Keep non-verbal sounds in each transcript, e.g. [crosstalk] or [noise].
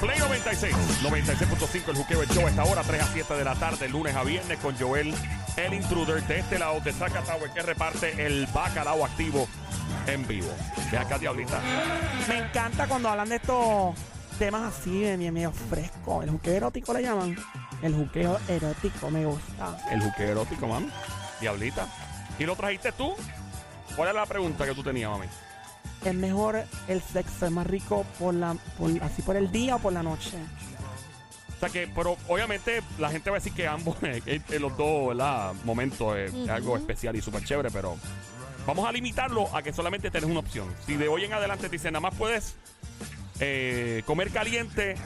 Play 96, 96.5 el juqueo, el show a esta hora, 3 a 7 de la tarde, lunes a viernes con Joel, el intruder de este lado de Zacatagüe que reparte el bacalao activo en vivo. Ve acá, diablita. Me encanta cuando hablan de estos temas así, de medio- medio fresco. El juqueo erótico le llaman. El juqueo erótico, me gusta. El juqueo erótico, mami. Diablita. ¿Y lo trajiste tú? ¿Cuál es la pregunta que tú tenías, mami? Es mejor el sexo, es más rico por la, por, así por el día o por la noche. O sea que, pero obviamente la gente va a decir que ambos, [laughs] que que los dos, ¿verdad? Momentos es algo especial y súper chévere, pero vamos a limitarlo a que solamente tenés una opción. Si de hoy en adelante te dicen, nada más puedes eh, comer caliente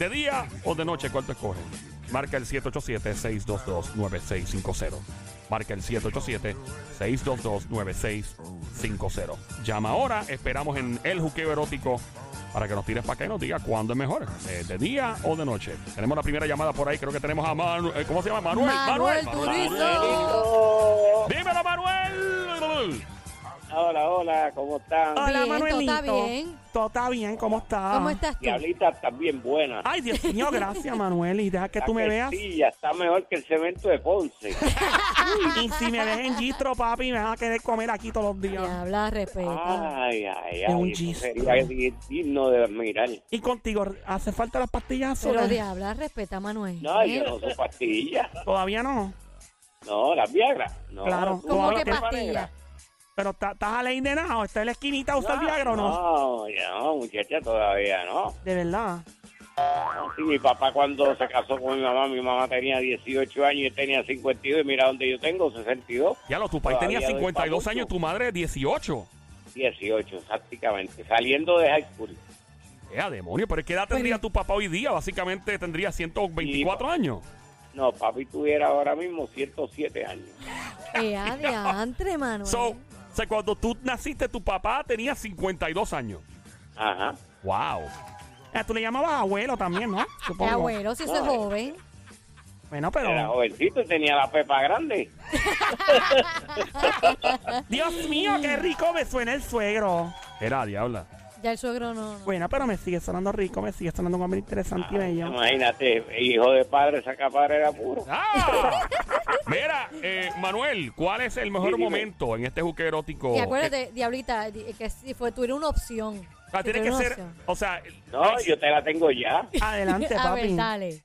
de día o de noche, ¿cuál te escogen? Marca el 787-622-9650. Marca el 787-622-9650. Llama ahora, esperamos en el juqueo erótico para que nos tires para acá y nos diga cuándo es mejor, eh, de día o de noche. Tenemos la primera llamada por ahí, creo que tenemos a Manuel. ¿Cómo se llama? Manuel. Manuel Manuel. Dímelo, Manuel. Hola, hola, ¿cómo están? Hola, Bien, Manuelito. Ah. todo está bien. Todo está bien, ¿cómo estás? ¿Cómo estás tú? Diablita está bien buena. Ay, Dios mío, gracias, Manuel. Y deja que tú me veas. Sí, ya está mejor que el cemento de Ponce. Y si me ves en gistro, papi, me vas a querer comer aquí todos los días. Habla, respeta. Ay, ay, Es un ay. eso chiste. Sería digno de mirar. Y contigo, ¿hace falta las pastillas Pero azules? de hablar, respeta, Manuel. No, yo no uso pastillas. Todavía no. No, las Viagra. No, Claro. ¿tú ¿Cómo usas que Viagra? pastilla? Pero ¿tá- estás a ley de nada o estás en la esquinita a usar No, Viagra o no? Ah, No, ya no, muchacha, todavía no. De verdad. No, sí, mi papá cuando se casó con mi mamá, mi mamá tenía 18 años y yo tenía 52. Y mira dónde yo tengo, 62. Ya lo, tu país Todavía tenía doy pa' 52 mucho. años, tu madre 18. 18, prácticamente. Saliendo de high school. ¡Ea, Eh, demonio! ¿Pero qué edad tendría tu papá hoy día? Básicamente tendría 124 años. No, papi tuviera ahora mismo 107 años. Ea de antre, Manuel. So, o sea, cuando tú naciste, tu papá tenía 52 años. Ajá. ¡Wow! Eh, tú le llamabas abuelo también, ¿no? Eh, Supongo. abuelo, si eso es No, eh. joven. Bueno, Era pero. jovencito y tenía la pepa grande. Dios mío, qué rico me suena el suegro. Era diabla. Ya el suegro no. no. Bueno, pero me sigue sonando rico, me sigue sonando un hombre interesante y bello. Imagínate, hijo de padre, saca padre era puro. ¡Ah! [laughs] Mira, eh, Manuel, ¿cuál es el mejor Sí, dime. momento en este juque erótico? Y acuérdate, diablita, di- que si fue tuviera una opción. O sea, Si tiene tuviera que una ser, opción. o sea, No, yo te la tengo ya. Adelante, A ver, papi. dale.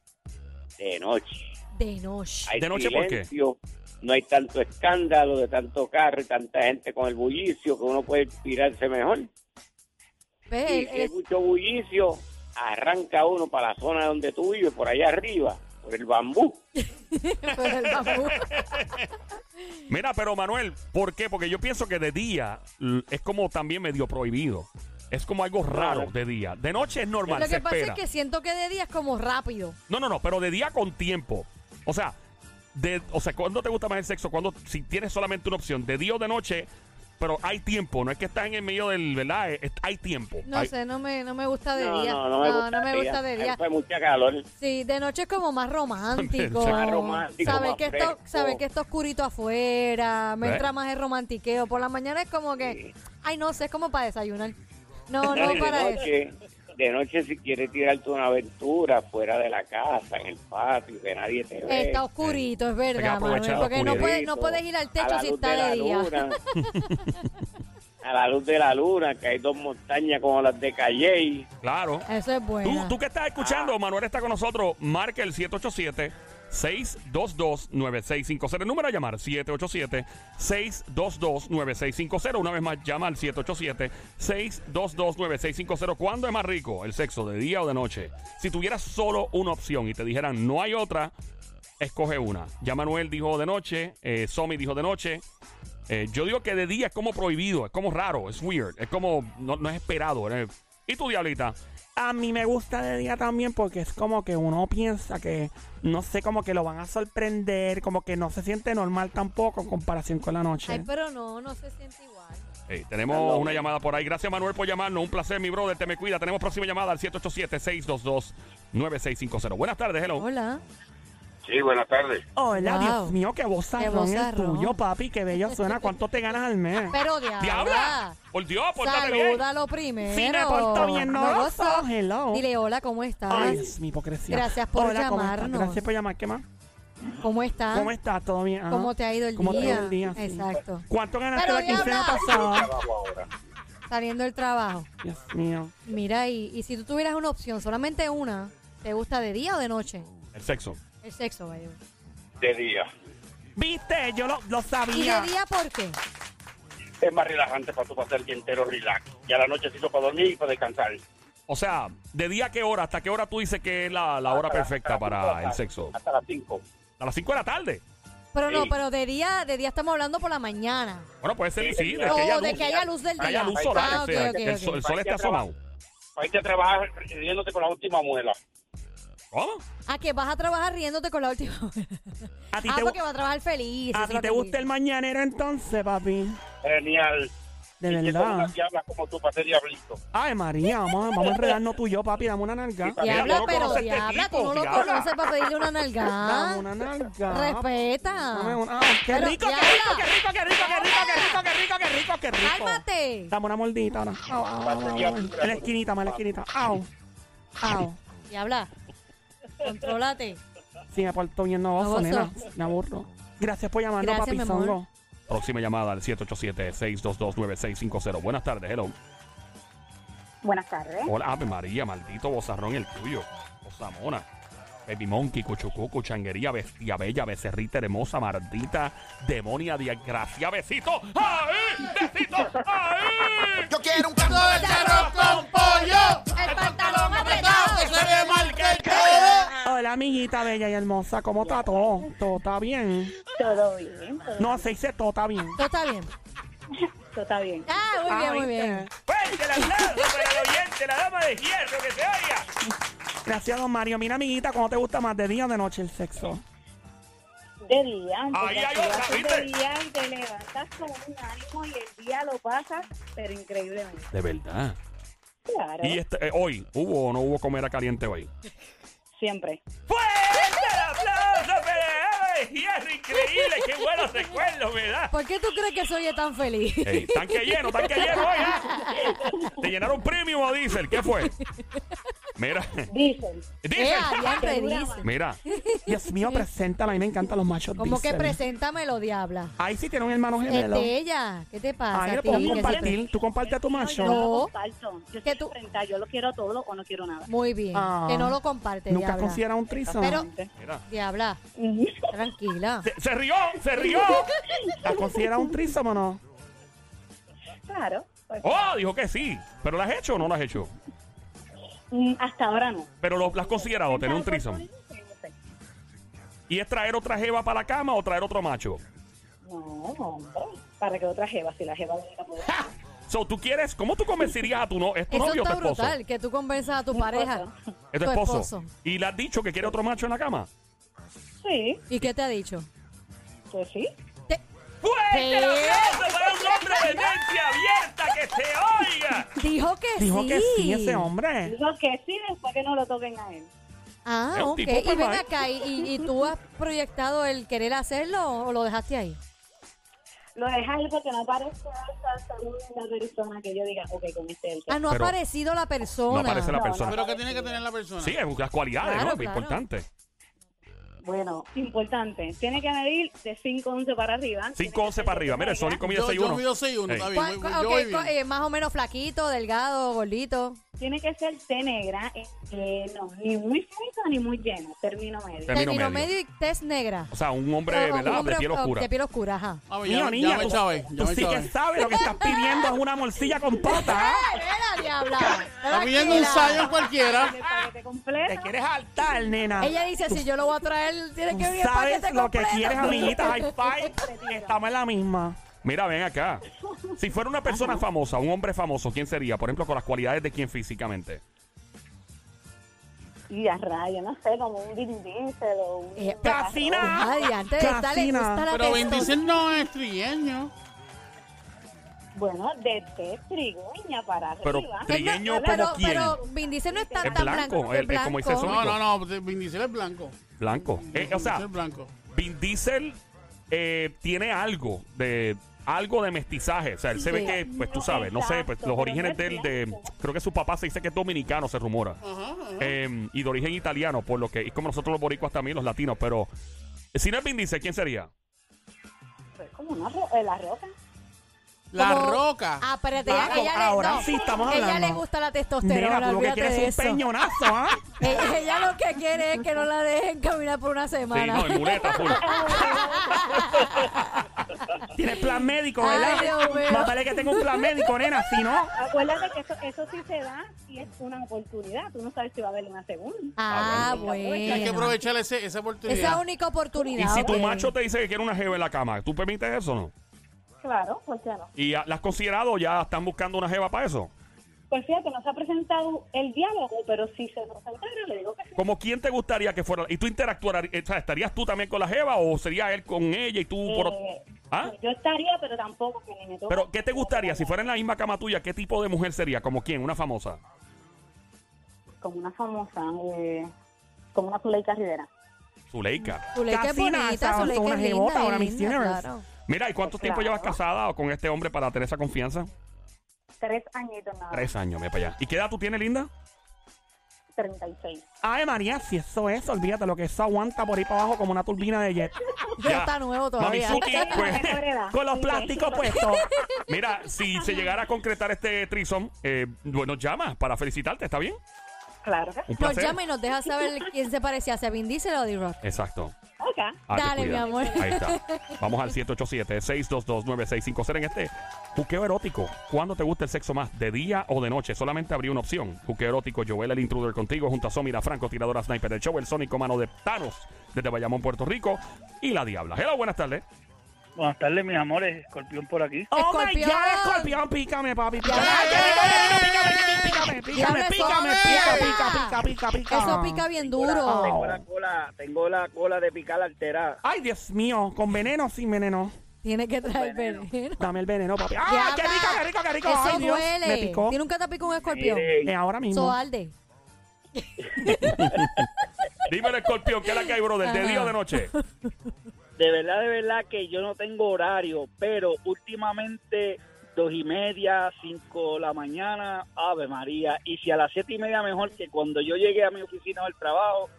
De noche. De noche. Hay ¿De noche por qué? silencio, No hay tanto escándalo de tanto carro y tanta gente con el bullicio que uno puede tirarse mejor. ¿Ves? Y Él- si hay él- mucho bullicio, arranca uno para la zona donde tú vives, por allá arriba, por [laughs] el bambú. pero el [laughs] bambú. mira, pero Manuel, ¿por qué? Porque yo pienso que de día l- es como también medio prohibido. Es como algo raro de día. De noche es normal, Lo se que pasa es espera. que siento que de día es como rápido. No, no, no, pero de día con tiempo. O sea, de, o sea, ¿cuándo te gusta más el sexo? Cuando si tienes solamente una opción, de día o de noche, pero hay tietiempo, no es que estás en el medio del, ¿verdad? Es- hay tiempo. No [laughs] Hay- sé, no me, no me gusta de No, día. no, no me gusta, no me gusta de día. Fue mucha calor. Sí, de noche es como más romántico. Más romántico, Saber más que, esto, fresco. saber que está oscurito afuera, me ¿Eh? entra más el romantiqueo. Por la mañana es como que, ay, no sé, es como para desayunar. [laughs] No, No, y no, de para eso. noche, de noche si quieres tirarte una aventura fuera de la casa, en el patio, que nadie te ve. Está oscurito, es Hay que verdad, aprovechar Manuel. la Porque no [laughs] oscuridad. puedes, no puedes ir al A techo la si luz está de la de día. luna. a la luz de la luna, que hay dos montañas como las de Calley. Claro. Eso es Tú, bueno. tú que estás escuchando, Manuel está con nosotros. Marca el 787 622 9650. El número a llamar 787 622 9650. Una vez más llama al 787 622 9650. ¿Cuándo es más rico el sexo de día o de noche? Si tuvieras solo una opción y te dijeran no hay otra, escoge una. Ya Manuel dijo de noche, eh, Somi dijo de noche. Eh, yo digo que de día es como prohibido, es como raro, es weird, es como no, no es esperado. ¿eh? ¿Y tu diablita? A mí me gusta de día también porque es como que uno piensa que, no sé, como que lo van a sorprender, como que no se siente normal tampoco en comparación con la noche. Ay, pues, pero no, no se siente igual. Hey, tenemos una llamada por ahí. Gracias, Manuel, por llamarnos. Un placer, mi brother. Te me cuida. Tenemos próxima llamada al 787-622-9650. Buenas tardes, Oh. hello. Hola. Sí, buenas tardes. Hola, Wow. Oh, Dios mío, qué vozarrón Qué el vozarrón. tuyo, papi, qué bello suena. ¿Cuánto te ganas al mes? Pero diabla. ¡Diabla! ¡Por Dios, pórtate bien! Salúdalo primero. Si me porto bien, no gozo. gozo. Hello. Dile hola, ¿cómo estás? Ay, es mi hipocresía. Gracias por Hola, ¿cómo estás? llamarnos. Gracias por llamar, ¿qué más? ¿Cómo estás? ¿Cómo estás? ¿Todo bien? Ajá. ¿Cómo te ha ido el ¿Cómo te ha día? ido el día? Sí. Exacto. ¿Cuánto ganaste Pero la quincena diabla. pasada? Saliendo del trabajo. Dios mío. Mira, y, y si tú tuvieras una opción, solamente una, ¿te gusta de día o de noche? El sexo. El sexo, vaya. De día. ¿Viste? Yo lo, lo ¿Y sabía. de día por qué? Es más relajante para tú pasar el día entero relax. Y a la noche sí para dormir y para descansar. O sea, ¿de día a qué hora? ¿Hasta qué hora tú dices que es la, la hora perfecta para el sexo? Hasta las 5. A las 5 de la tarde. Pero no, Sí. pero de día, de día estamos hablando por la mañana. Bueno, puede ser, sí, de No, que haya O Oh, luz. de que haya luz del que haya día. luz solar, ah, o ok, sea, ok, que el ok. sol, el sol esté asomado. Para irte a trabajar riéndote con la última muela. ¿Cómo? Ah, que vas a trabajar riéndote con la última [laughs] ¿A ti Ah, te, gu- porque vas a trabajar feliz. a eso ti es lo te que gusta dice. el mañanero entonces, papi? Genial. De Y que con verdad. unas diablas como tú para ser diablito. Ay, María, vamos, vamos a enredarnos tú y yo, papi. Dame una nalga. Sí, papi. Diabla, Mira, yo no pero conozco a este diabla, tú tipo, no lo diabla. conoces para pedirle [laughs] una Dame nalgada. una nalga. Dame Respeta. una- ah, qué, Pero, rico, qué diabla. rico, qué rico, qué rico, qué rico, qué rico, qué rico, qué rico, qué rico. ¡Cálmate! Dame una mordita ahora. Au, au, au, au, au. En la esquinita, más en la esquinita. Au. Au. Diabla, contrólate. Sí, me porto bien No no gozo. nena. Me aburro. Gracias por llamarnos, Gracias, papi mi amor. Songo. Próxima llamada al 787-622-9650. Buenas tardes, hello. Buenas tardes. Hola, Ave María, maldito bozarrón el tuyo. Bozamona. Baby Monkey, Cuchucucu, Changuería, Bestia Bella, Becerrita Hermosa, Mardita, Demonia, Desgracia, Besito. ¡Ahí! ¡Besito! ¡Ahí! Yo quiero un canto de arroz con pollo. El pantalón apretado. Que suene mal que el todo. Hola, amiguita bella y hermosa. ¿Cómo está todo? ¿Todo está bien? Todo bien, todo, No, se dice todo está bien. Todo está bien. todo está bien. Ah, muy bien, muy eh. bien. ¡Fuerte el aplauso para el oyente, la dama de hierro que se oiga! Gracias, don Mario. Mira, amiguita, ¿cómo te gusta más de día o de noche el sexo? De día, porque hay tú otra, haces ¿viste? de día y te levantas con un ánimo y el día lo pasas, pero increíblemente. De verdad. Claro, ¿Y este, eh, hoy hubo o no hubo comida caliente hoy? siempre. ¡Fuerte el aplauso para la dama de hierro! ¡Increíble! ¡Qué buenos recuerdos me da! ¿Por qué tú crees que soy tan feliz? Ey, [laughs] tanque lleno, tanque lleno, ¿ah? oiga. Te llenaron premium o diésel, ¿qué fue? Mira, Dicen, Eh, diésel. diantre, dice. Mira, Dios mío, preséntala. A mí me encantan los machos Como que diesel. preséntamelo, diabla. Ahí sí tiene un hermano gemelo. Este, ella, ¿qué te pasa? Ahí a lo ti? podemos Que se compartir. Tú compartes a tu yo macho. no No. lo comparto. Yo Que soy tú- enfrentada, yo lo quiero todo o no quiero nada. pre- Muy bien. Ah. Que no lo comparte, Nunca has diabla. considerado un trizo. Pero, mira. [laughs] diabla, tranquila. Se, se rió, se rió. ¿Has considerado un trizo o no? Claro, pues, Oh, dijo que sí. ¿Pero la has hecho o no la has hecho? mm, hasta ahora no. Pero lo, la has considerado, tener un threesome. ¿Y es traer otra jeva para la cama o traer otro macho? No, hombre, para que otra jeva, si la jeva no la puedo. ¡Ja! So, ¿tú quieres? ¿Cómo tú convencerías a tu, no, ¿es tu Eso novio o tu está esposo? brutal, que tú convenzas a tu Mi pareja. esposo. Es tu Tu esposo. esposo. ¿Y le has dicho que quiere otro macho en la cama? Sí, ¿Y qué te ha dicho? pues sí. Te- ¡Fuerte el Sí. aplauso para un hombre de mente abierta que se oiga! Dijo que Dijo sí. que sí ese hombre. Digo que sí después que no lo toquen a él. Ah, Es un ok. tipo Y ven normal. acá, ¿y, y- y tú has proyectado el querer hacerlo o lo dejaste ahí? Lo deja ir porque no parece esa según la persona que yo diga, ok, con este es el que- Ah, no Pero- ha aparecido la persona. No aparece la No, persona. no. Pero que tiene que tener la persona. Sí, es las cualidades, Claro, ¿no? Es claro. importante. Bueno, importante. Tiene que medir de 5 11 para arriba. 5-11 para arriba. Mira, el Sonic comida Yo- 6-1. yo mido 6'1", Ey. está bien. ¿Cuál- Muy- cuál- yo ok, voy bien. cu- eh, más o menos flaquito, delgado, gordito. Tiene que ser té negra, eh, eh, no, ni muy finita ni muy llena, término medio. Término Término medio. medio y tez negra. O sea, un hombre, O- o ¿verdad? hombre, de oh, piel o- oscura. Ah. De piel oscura, ajá. Mío, niña, tú, tú sí que sabes lo que estás pidiendo es una morcilla con pota. ¿ah? Era diabla. Está pidiendo un Zion pues. cualquiera. Te ¿eh? quieres hartar, nena. Ella dice, si yo lo voy a traer, tiene Tú que venir el sabes paquete lo que completo. quieres, amiguita. High [laughs] five. Estamos en la misma. Mira, ven acá. Si fuera una persona famosa, un hombre famoso, ¿quién sería? Por ejemplo, con las cualidades de quién físicamente. Y a rayo, no sé, como un Vin Diesel o un... Eh, Casina. Ay, antes de estar, le Casina. gusta la Pero testosterona. 26 no es trigueño. Bueno, de té trigueña para Pero arriba. trigueño eh, Pero, como quién. pero Vin Diesel no está Es tan blanco, blanco. él- es él como dice blanco. Sonic. No, no, no, Vin Diesel es blanco. Blanco. Vin Eh, o Diesel sea, es blanco. Vin Diesel eh, tiene algo de algo de mestizaje. O sea, él se ve Sí. que, pues tú sabes, no sé, pues Exacto, los pero orígenes no de él, es de, blanco. creo que su papá se dice que es dominicano, se rumora. Eh, y de origen italiano, por lo que es como nosotros los boricuas también, los latinos, pero si no es Vin Diesel, ¿quién sería? Es como una ro- eh, la roca. La Como- roca. Ah, espérate, Paco, ella, ella ahora le, no, sí estamos Ella hablando. le gusta la testosterona. Nena, tú lo que olvídate quieres de es un eso. peñonazo, ¿ah? [laughs] Ella, ella lo que quiere es que no la dejen caminar por una Sí, semana. Ah, no, [laughs] en muleta, full. [laughs] Tienes plan médico, Ay, ¿verdad? Dios mío. Más vale que tengo un plan médico, nena. Si no, Acuérdate que eso, eso sí se da y es una oportunidad. Tú no sabes si va a haber una segunda. ah, bueno. Hay que aprovechar ese- esa oportunidad. Esa única oportunidad. Y si tu ok. macho te dice que quiere una jeva en la cama, ¿tú permites eso o no? Claro, pues ya no. ¿Y ah, la has considerado o ya están buscando una jeva para eso? Pues fíjate, no se ha presentado el diálogo, pero si se presentara, le digo que sí. ¿Como quién te gustaría que fuera? ¿Y tú interactuarías? eh, o sea, ¿Estarías tú también con la jeva o sería él con ella y tú por... Eh, ¿Ah? Yo estaría, pero tampoco que ni me toca. ¿Pero qué te gustaría? Si fuera en la misma cama tuya, ¿qué tipo de mujer sería? ¿Como quién? ¿Una famosa? Como una famosa, eh, como una Zuleika Rivera. Zuleika. Zuleika es Casi bonita, nada, Zuleika son es una jebota, linda, ahora es Miss linda, Universe. claro. Mira, ¿y cuánto tiempo Claro. llevas casada con este hombre para tener esa confianza? Tres añitos nada. más, Tres años, me para allá. ¿Y qué edad tú tienes, linda? 36. Ay, María, si eso es, olvídate lo que eso aguanta por ahí para abajo como una turbina de jet. Pero está nuevo todavía. Mami [laughs] Suki, pues, Mejor edad. Con los Sí, plásticos sí. [laughs] puestos. mira, si se llegara a concretar este trison, eh, bueno, llama para felicitarte, ¿está bien? Claro que sí. Un Nos placer. llama y nos deja saber quién se parecía, si a Vin Diesel o a D-Rock. Exacto. Ok. Ah, te Dale, cuidas. mi amor. Ahí está. Vamos al 787-622-9650 en este juqueo erótico. ¿Cuándo te gusta el sexo más? ¿De día o de noche? Solamente habría una opción. Juqueo erótico, Joel el intruder contigo, junto a Somi, la franco, tiradora sniper del show, el sónico mano de Thanos, desde Bayamón, Puerto Rico, y la diabla. Hello, buenas tardes. Buenas tardes, mis amores. Escorpión por aquí. Oh my Escorpión. god, escorpión, pícame, papi. Pícame, pícame, pícame, pícame, Diablo, eso pícame, pica. pica, pica, pica, pica. Eso pica bien Hola, Tengo duro. la cola, tengo la cola de picar alterada. Ay, Dios mío, con veneno o sin veneno. Tiene que traer veneno. Dame el veneno, papi. ¡Ah, Diabla. qué rico, qué rico, qué rico! Eso Ay, Dios, duele. me picó. ¿Tiene un catapicón un ah. escorpión? Miren, Eh, ahora mismo. Soalde. Dímelo, escorpión, ¿qué es la que hay, brother? ¿De Ajá. día o de noche? de verdad, de verdad que yo no tengo horario, pero últimamente dos y media, cinco de la mañana, Ave María. Y si a las siete y media mejor que cuando yo llegue a mi oficina del trabajo,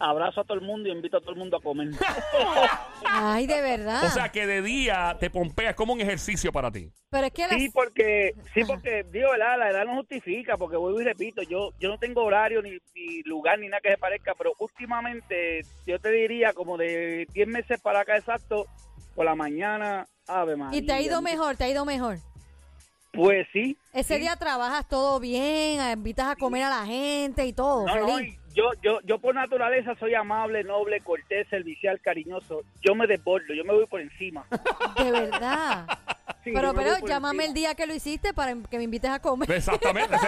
abrazo a todo el mundo y invito a todo el mundo a comer. [laughs] Ay, de verdad. O sea, que de día te pompeas como un ejercicio para ti. Pero es que las... Sí, porque, sí, porque, digo, ¿verdad? la edad no justifica, porque vuelvo y repito, yo yo no tengo horario, ni, ni lugar, ni nada que se parezca, pero últimamente yo te diría como de 10 meses para acá exacto, por la mañana, ave María. Y te ha ido mejor, te ha ido mejor. Pues sí. Ese sí. día trabajas todo bien, a- invitas a comer a la gente y todo, No, no, feliz. y yo, yo, yo por naturaleza soy amable, noble, cortés, servicial, cariñoso. Yo me desbordo, yo me voy [laughs] por encima. De [laughs] verdad. Sí, pero yo me voy pero por llámame el encima. día que lo hiciste para em- que me invites a comer. Exactamente. Ese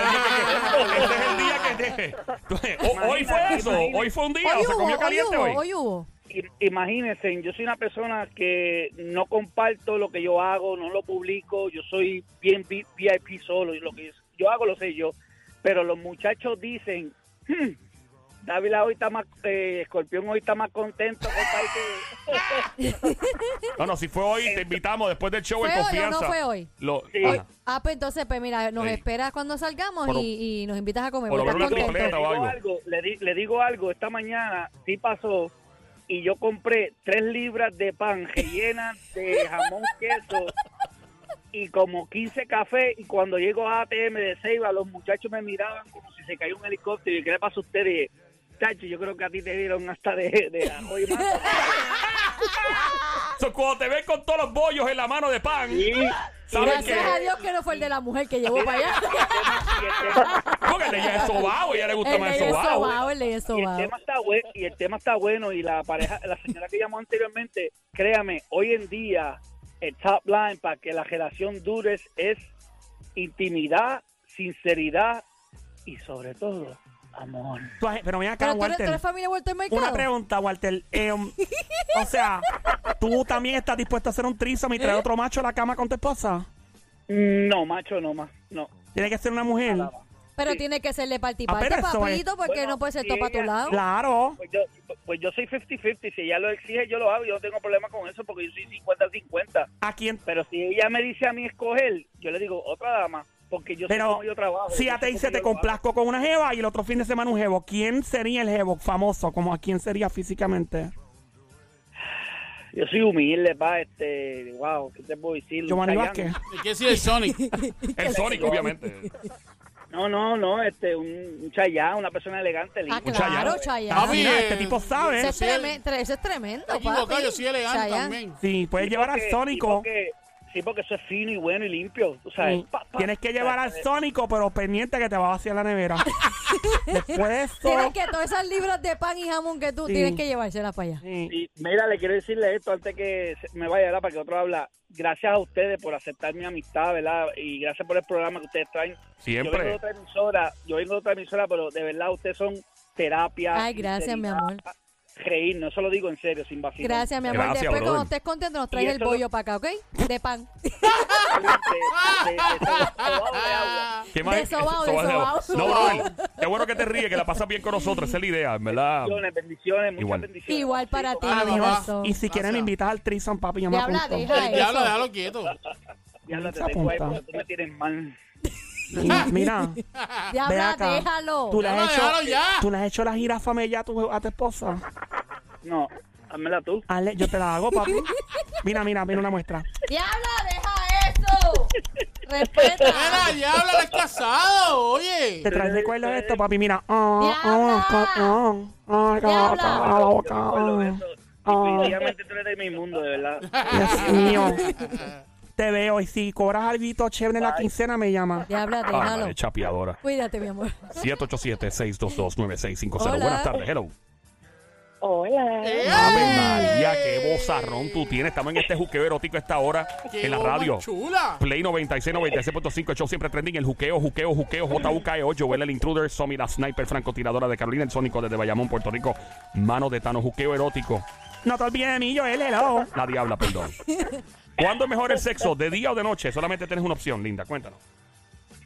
[laughs] es el día que- este es el día que te. O- hoy fue eso. Hoy fue un día. O Hoy sea, comió hubo, hoy caliente hoy. hubo, hoy hubo. I- Imagínense, yo soy una persona que no comparto lo que yo hago, no lo publico, yo soy bien vi- VIP solo, y lo que yo hago lo sé yo, pero los muchachos dicen, "Hmm, Dávila hoy está más, eh, Escorpión hoy está más contento, compadre, que-". No, no, si fue hoy, te invitamos después del show ¿Fue en hoy o confianza. no fue hoy? Lo, Sí. Ajá. Ah, pues entonces, pues mira, nos Sí. esperas cuando salgamos Por- y, y nos invitas a comer. por lo ¿Estás menos una contento? completa. le, o digo algo. algo, le, di- le digo algo, esta mañana sí pasó y yo compré tres libras de pan rellena de jamón, queso y como 15 cafés. Y cuando llego a ATM de Ceiba, los muchachos me miraban como si se cayó un helicóptero. ¿Y qué le pasa a ustedes? Tacho, yo creo que a ti te dieron hasta de, de ajo [laughs] y mata. ah. So, cuando te ven con todos los bollos en la mano de pan, ¿sabes [laughs] Gracias a qué? Dios que no fue el de la mujer que llevó para allá. [laughs] este, Porque el de ella es sobao, ella le gusta El más de el ella es sobao. sobao, el de ella es Y el sobao. tema está bueno y el tema está bueno y la pareja, la señora que llamó anteriormente, créame, hoy en día el top line para que la relación dure es- es intimidad, sinceridad y sobre todo amor. Tú has- Pero mira acá, Pero tú eres, tú Walter. eres familia Walter Mercado. Una pregunta, [laughs] Walter. Eh, um, o sea, ¿tú también estás dispuesto a hacer un trísome y ¿Eh? traer otro macho a la cama con tu esposa? No, macho, no más. No. Tiene que ser una mujer. Pero tiene que serle parte y Ah, parte, pero eso es- papito, porque no puede ser todo para tu lado. Claro. Pues yo, pues yo soy 50-50, si ella lo exige yo lo hago, yo no tengo problema con eso porque yo soy 50-50. ¿A quién? Pero si ella me dice a mí escoger, yo le digo otra dama, porque yo sé Pero cómo yo trabajo. si a yo sé te cómo dice yo te lo hago. complazco con una jeva y el otro fin de semana un jevo, ¿quién sería el jevo famoso? Como a quién sería físicamente? Yo soy humilde, pa, este, wow, ¿qué te puedo decir? Giovanni Chayanne. Vázquez. ¿Qué si el [laughs] Sonic? [laughs] El Sonic, obviamente. No, no, no, este, un, un chayá, una persona elegante. Ah, limpia. claro, Ah, Chayanne. mira, este tipo Ese sabe. es, treme- tre- ese es tremendo, Está equivocado, papi. yo soy elegante Chayanne. también. Sí, puedes Sí, llevar al porque- Sónico. Sí porque, sí, porque eso es fino y bueno y limpio, tú sabes. Sí. pa, este, pa, Tienes que llevar al ¿sabes? Sónico, pero pendiente que te va a vaciar la nevera. [laughs] Después de Tienes eso. que todas esas libras de pan y jamón que tú Sí. tienes que llevárselas para allá. Sí. Y mira, le quiero decirle esto antes que se- me vaya ¿verdad? para que otro habla. Gracias a ustedes por aceptar mi amistad, ¿verdad? Y gracias por el programa que ustedes traen. Yo vengo de Siempre. otra emisora, yo vengo de otra emisora, pero de verdad ustedes son terapia. Ay, gracias, mi sinceridad, amor. Reír, no se lo digo en serio, sin vacilar. Gracias, mi amor. Gracias, Después, brother. cuando estés contento, nos traes Y el eso lo- bollo para acá, ¿ok? De pan. ¿Qué De sobao, de Sobao, sobao. No, brother, Qué bueno que te ríes, que la pasas bien con nosotros. Esa es la idea, en verdad. Bendiciones, bendiciones, muchas Igual. bendiciones. Igual para ti, Ah, mi mamá. corazón. Y si quieren me invitas al Trison, papi, yo me Diabla, apunto. deja. El diablo, déjalo quieto. Ya la te Se tengo ahí, apunta. porque tú me tienes mal. Y [laughs] [laughs] Mira, ve Diabla, acá. déjalo. ¿Tú le, Diabla, has déjalo hecho, ya. ¿Tú le has hecho la jirafa mella a tu, a tu esposa? No, házmela tú. Hazle- yo te la hago, [laughs] papi. Mira, mira, mira una muestra. Diabla, deja eso. Respeta. Mira, ya habla, eres casado, oye. Te traes recuerdos de esto, papi. Mira. Ah, Diabla. ah, ah, ah, ah, Diabla. ah, ah, la boca, Yo recuerdo ah. eso. Ah. Definitivamente tú eres de mi mundo, de verdad. Dios mío. Te veo. Y si cobras algo chévere en la quincena, me llama. Diabla, Ah, déjalo. madre, chapeadora. Cuídate, mi amor. 787-622-9650. Hola. Buenas tardes, hello. Hola. Ave María, qué bozarrón tú tienes. Estamos en este juqueo erótico a esta hora Qué en la goma radio. Chula. Play 96, 96.5, el show siempre trending, el juqueo, juqueo, juqueo, JUKE8, E Joel el Intruder, Somi la Sniper, francotiradora de Carolina, el Sónico desde Bayamón, Puerto Rico, Mano de Tano, juqueo erótico, No te olvides de mí, Joel. Hello. la Diabla, perdón. ¿Cuándo es mejor el sexo, de día o de noche? Solamente tienes una opción, linda, cuéntanos.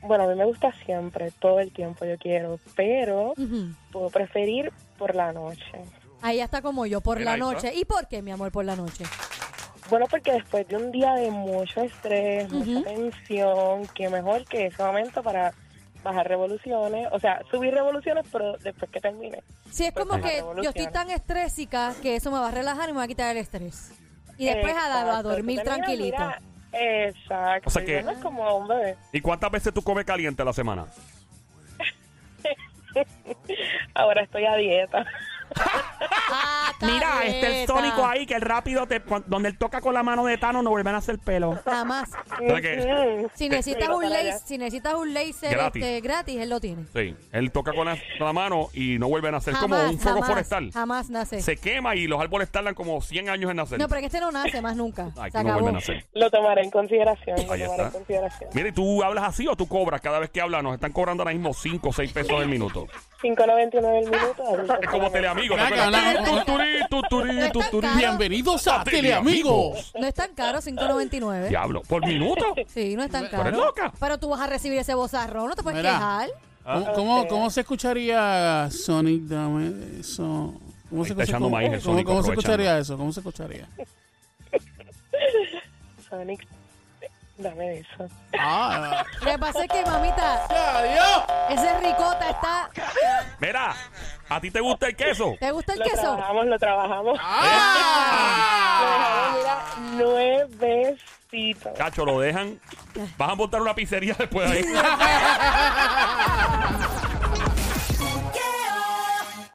Bueno, a mí me gusta siempre, todo el tiempo yo quiero, pero Ujú. puedo preferir por la noche. Ahí está como yo, por Mira, la ahí está. noche. ¿Y por qué, mi amor, por la noche? Bueno, porque después de un día de mucho estrés, Ujú. mucha tensión, qué mejor que ese momento para bajar revoluciones, o sea, subir revoluciones, pero después que termine. Si es como Pues, la que yo estoy revolución. tan estrésica que eso me va a relajar y me va a quitar el estrés. Y [laughs] después a, a Exacto, dormir tú terminas, tranquilita. mira, exacto. O sea que- y uno es como un bebé. [laughs] ¿Y cuántas veces tú comes caliente a la semana? Ahora estoy a dieta. Ah, Mira, este el careta. sónico ahí que el rápido, te, cuan- donde él toca con la mano de Tano, no vuelven a hacer pelo. Nada más. O sea que- Mm. Si necesitas Mira un para laser, allá. si necesitas un laser Gratis. este, gratis, él lo tiene. sí, él toca con la, con la mano y no vuelven a hacer como un fuego jamás, forestal. Jamás nace. Se quema y los árboles tardan como 100 años en nacer. No, pero que este no nace más nunca. Ay, Se que no acabó. vuelven a hacer. Lo tomaré en consideración. Lo Ahí tomaré está. en consideración. Mire, ¿tú hablas así o tú cobras? Cada vez que hablas nos están cobrando ahora mismo 5 o 6 pesos el minuto. 5.99 el minuto. adulto Es como solamente. teleamigo. ¿te Ven acá, acuerdas? una- una- Tuturí, tuturí, tuturí. Claro. Bienvenidos a Teleamigos. Teleamigos. No es tan caro, 5.99. Diablo, ¿por [laughs] minuto? Sí, no es tan ¿Tú eres caro. loca? Pero tú vas a recibir ese bozarrón, no te puedes Mira. quejar. Ah. ¿Cómo, cómo, cómo se escucharía Sonic? Dame eso. ¿Cómo se, Ahí está echando cómo- maíz el cómo- Sonic, cómo se aprovechando. escucharía eso? ¿Cómo se escucharía? Sonic, dame eso. Ah, Lo que pasa es que, mamita, adiós. ese ricota está. Mira, ¿A ti te gusta el queso? ¿Te gusta el lo queso? trabajamos, lo trabajamos. Lo dejamos, mira, nuevecito. Cacho, lo dejan. Vas a montar una pizzería después de ahí.